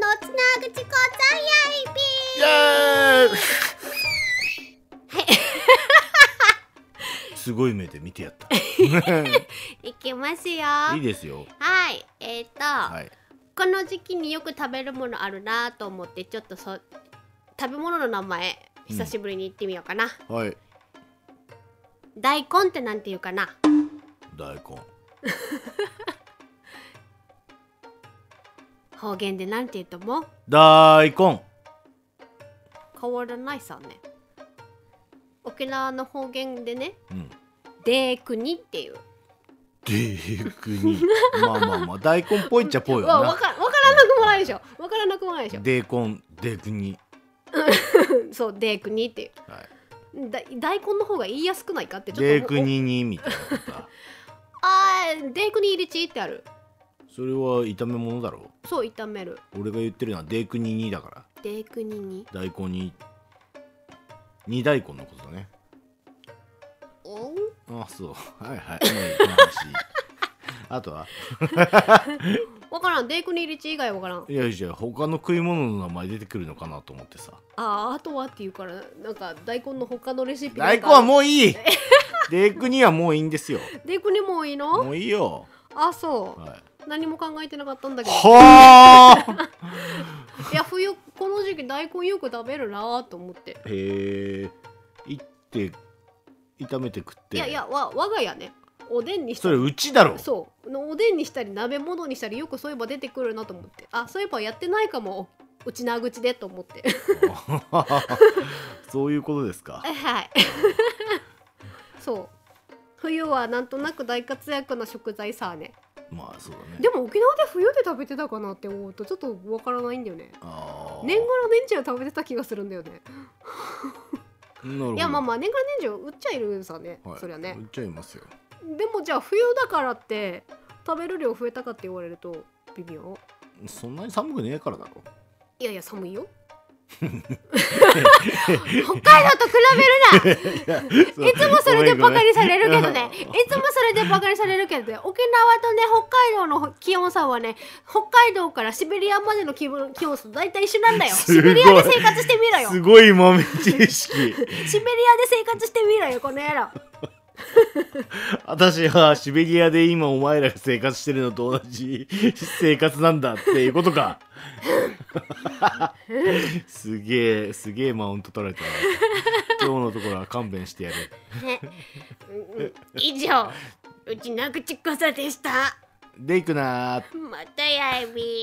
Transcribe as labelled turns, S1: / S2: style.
S1: 口講座やいび
S2: イエーイすごい目で見てやった。
S1: いきますよ
S2: いいですよ。
S1: はいえっ、と、
S2: はい。
S1: この時期によく食べるものあるなと思ってちょっとそ食べ物の名前
S2: うん
S1: 久しぶりに言ってみようかな、
S2: はい。
S1: 大根ってなんていうかな
S2: 大根。
S1: 方言でなんて言うとも
S2: 大根。
S1: 変わらないさね沖縄の方言でね
S2: うん。
S1: 「でくに」っていう
S2: でく に。まあまあまあ、大根っぽいっちゃぽいよ
S1: わわ
S2: な。
S1: かわからなくもないでしょわからなくもないでしょ
S2: 大根、でくに。
S1: そう「でくに」っていう
S2: はい。
S1: だ大根の方が言いやすくないかってちょっと
S2: でくににみたいなことだ。
S1: あーデークに入りちってある
S2: それは炒め物だろ
S1: そう炒める
S2: う。俺が言ってるのはでくににだから。
S1: デークにに
S2: 大根に。煮大根のことだね。
S1: おん
S2: あ、そう。はいはい。まあいいこの 話あとは
S1: わからんデークに入りち以外わからん
S2: いやいや他の食い物の名前出てくるのかなと思ってさ
S1: あーあとはっていうからなんか大根の他のレシピ
S2: 大根は
S1: う
S2: もう いいデークにはもういいんですよ
S1: デークにもういいの
S2: もういいよ
S1: あそう、
S2: は
S1: 何も考えてなかったんだ
S2: い
S1: けど
S2: はあ
S1: いや冬この時期大根よく食べるなーと思って
S2: へえいって炒めて食って
S1: い
S2: い
S1: やいやわ我が家ねおでんにした
S2: それ
S1: り
S2: うちだろ
S1: そうのおでんにしたり鍋物にしたりよくそういえば出てくるなと思ってあそういえばやってないかもうちなぐちでと思って
S2: そういうことですか
S1: はい そう冬はなんとなく大活躍な食材さね
S2: まあそうだね
S1: でも沖縄で冬で食べてたかなって思うとちょっとわからないんだよね
S2: ああ
S1: 年がら年中食べてた気がするんだよねいやまあ
S2: あ
S1: まあ年がら年中売っちゃいるさね、そりゃね
S2: 言っちゃいますよ
S1: でもじゃあ冬だからって食べる量増えたかって言われると微妙
S2: そんなに寒くねえからだろ
S1: いやいや寒いよ北海道と比べるな
S2: いやい
S1: いつもそれでバカにされるけど ねい
S2: ごめんごめん
S1: つもそれでバカにされるけどね沖縄とね北海道の気温差はね北海道からシベリアまでの気温気温差大体一緒なんだよ
S2: す
S1: シ
S2: ご
S1: ベ
S2: い
S1: リアで生活してみろよ
S2: すごい豆知識
S1: シベリアで生活してみろよこの野 郎
S2: 私はシベリアで今お前らが生活してるのと同じ生活なんだっていうことかすげえすげえマウント取られたな今日のところは勘弁してやる
S1: ね、うんうん以上うちなぐちこさでした
S2: でいくなー
S1: またやいびー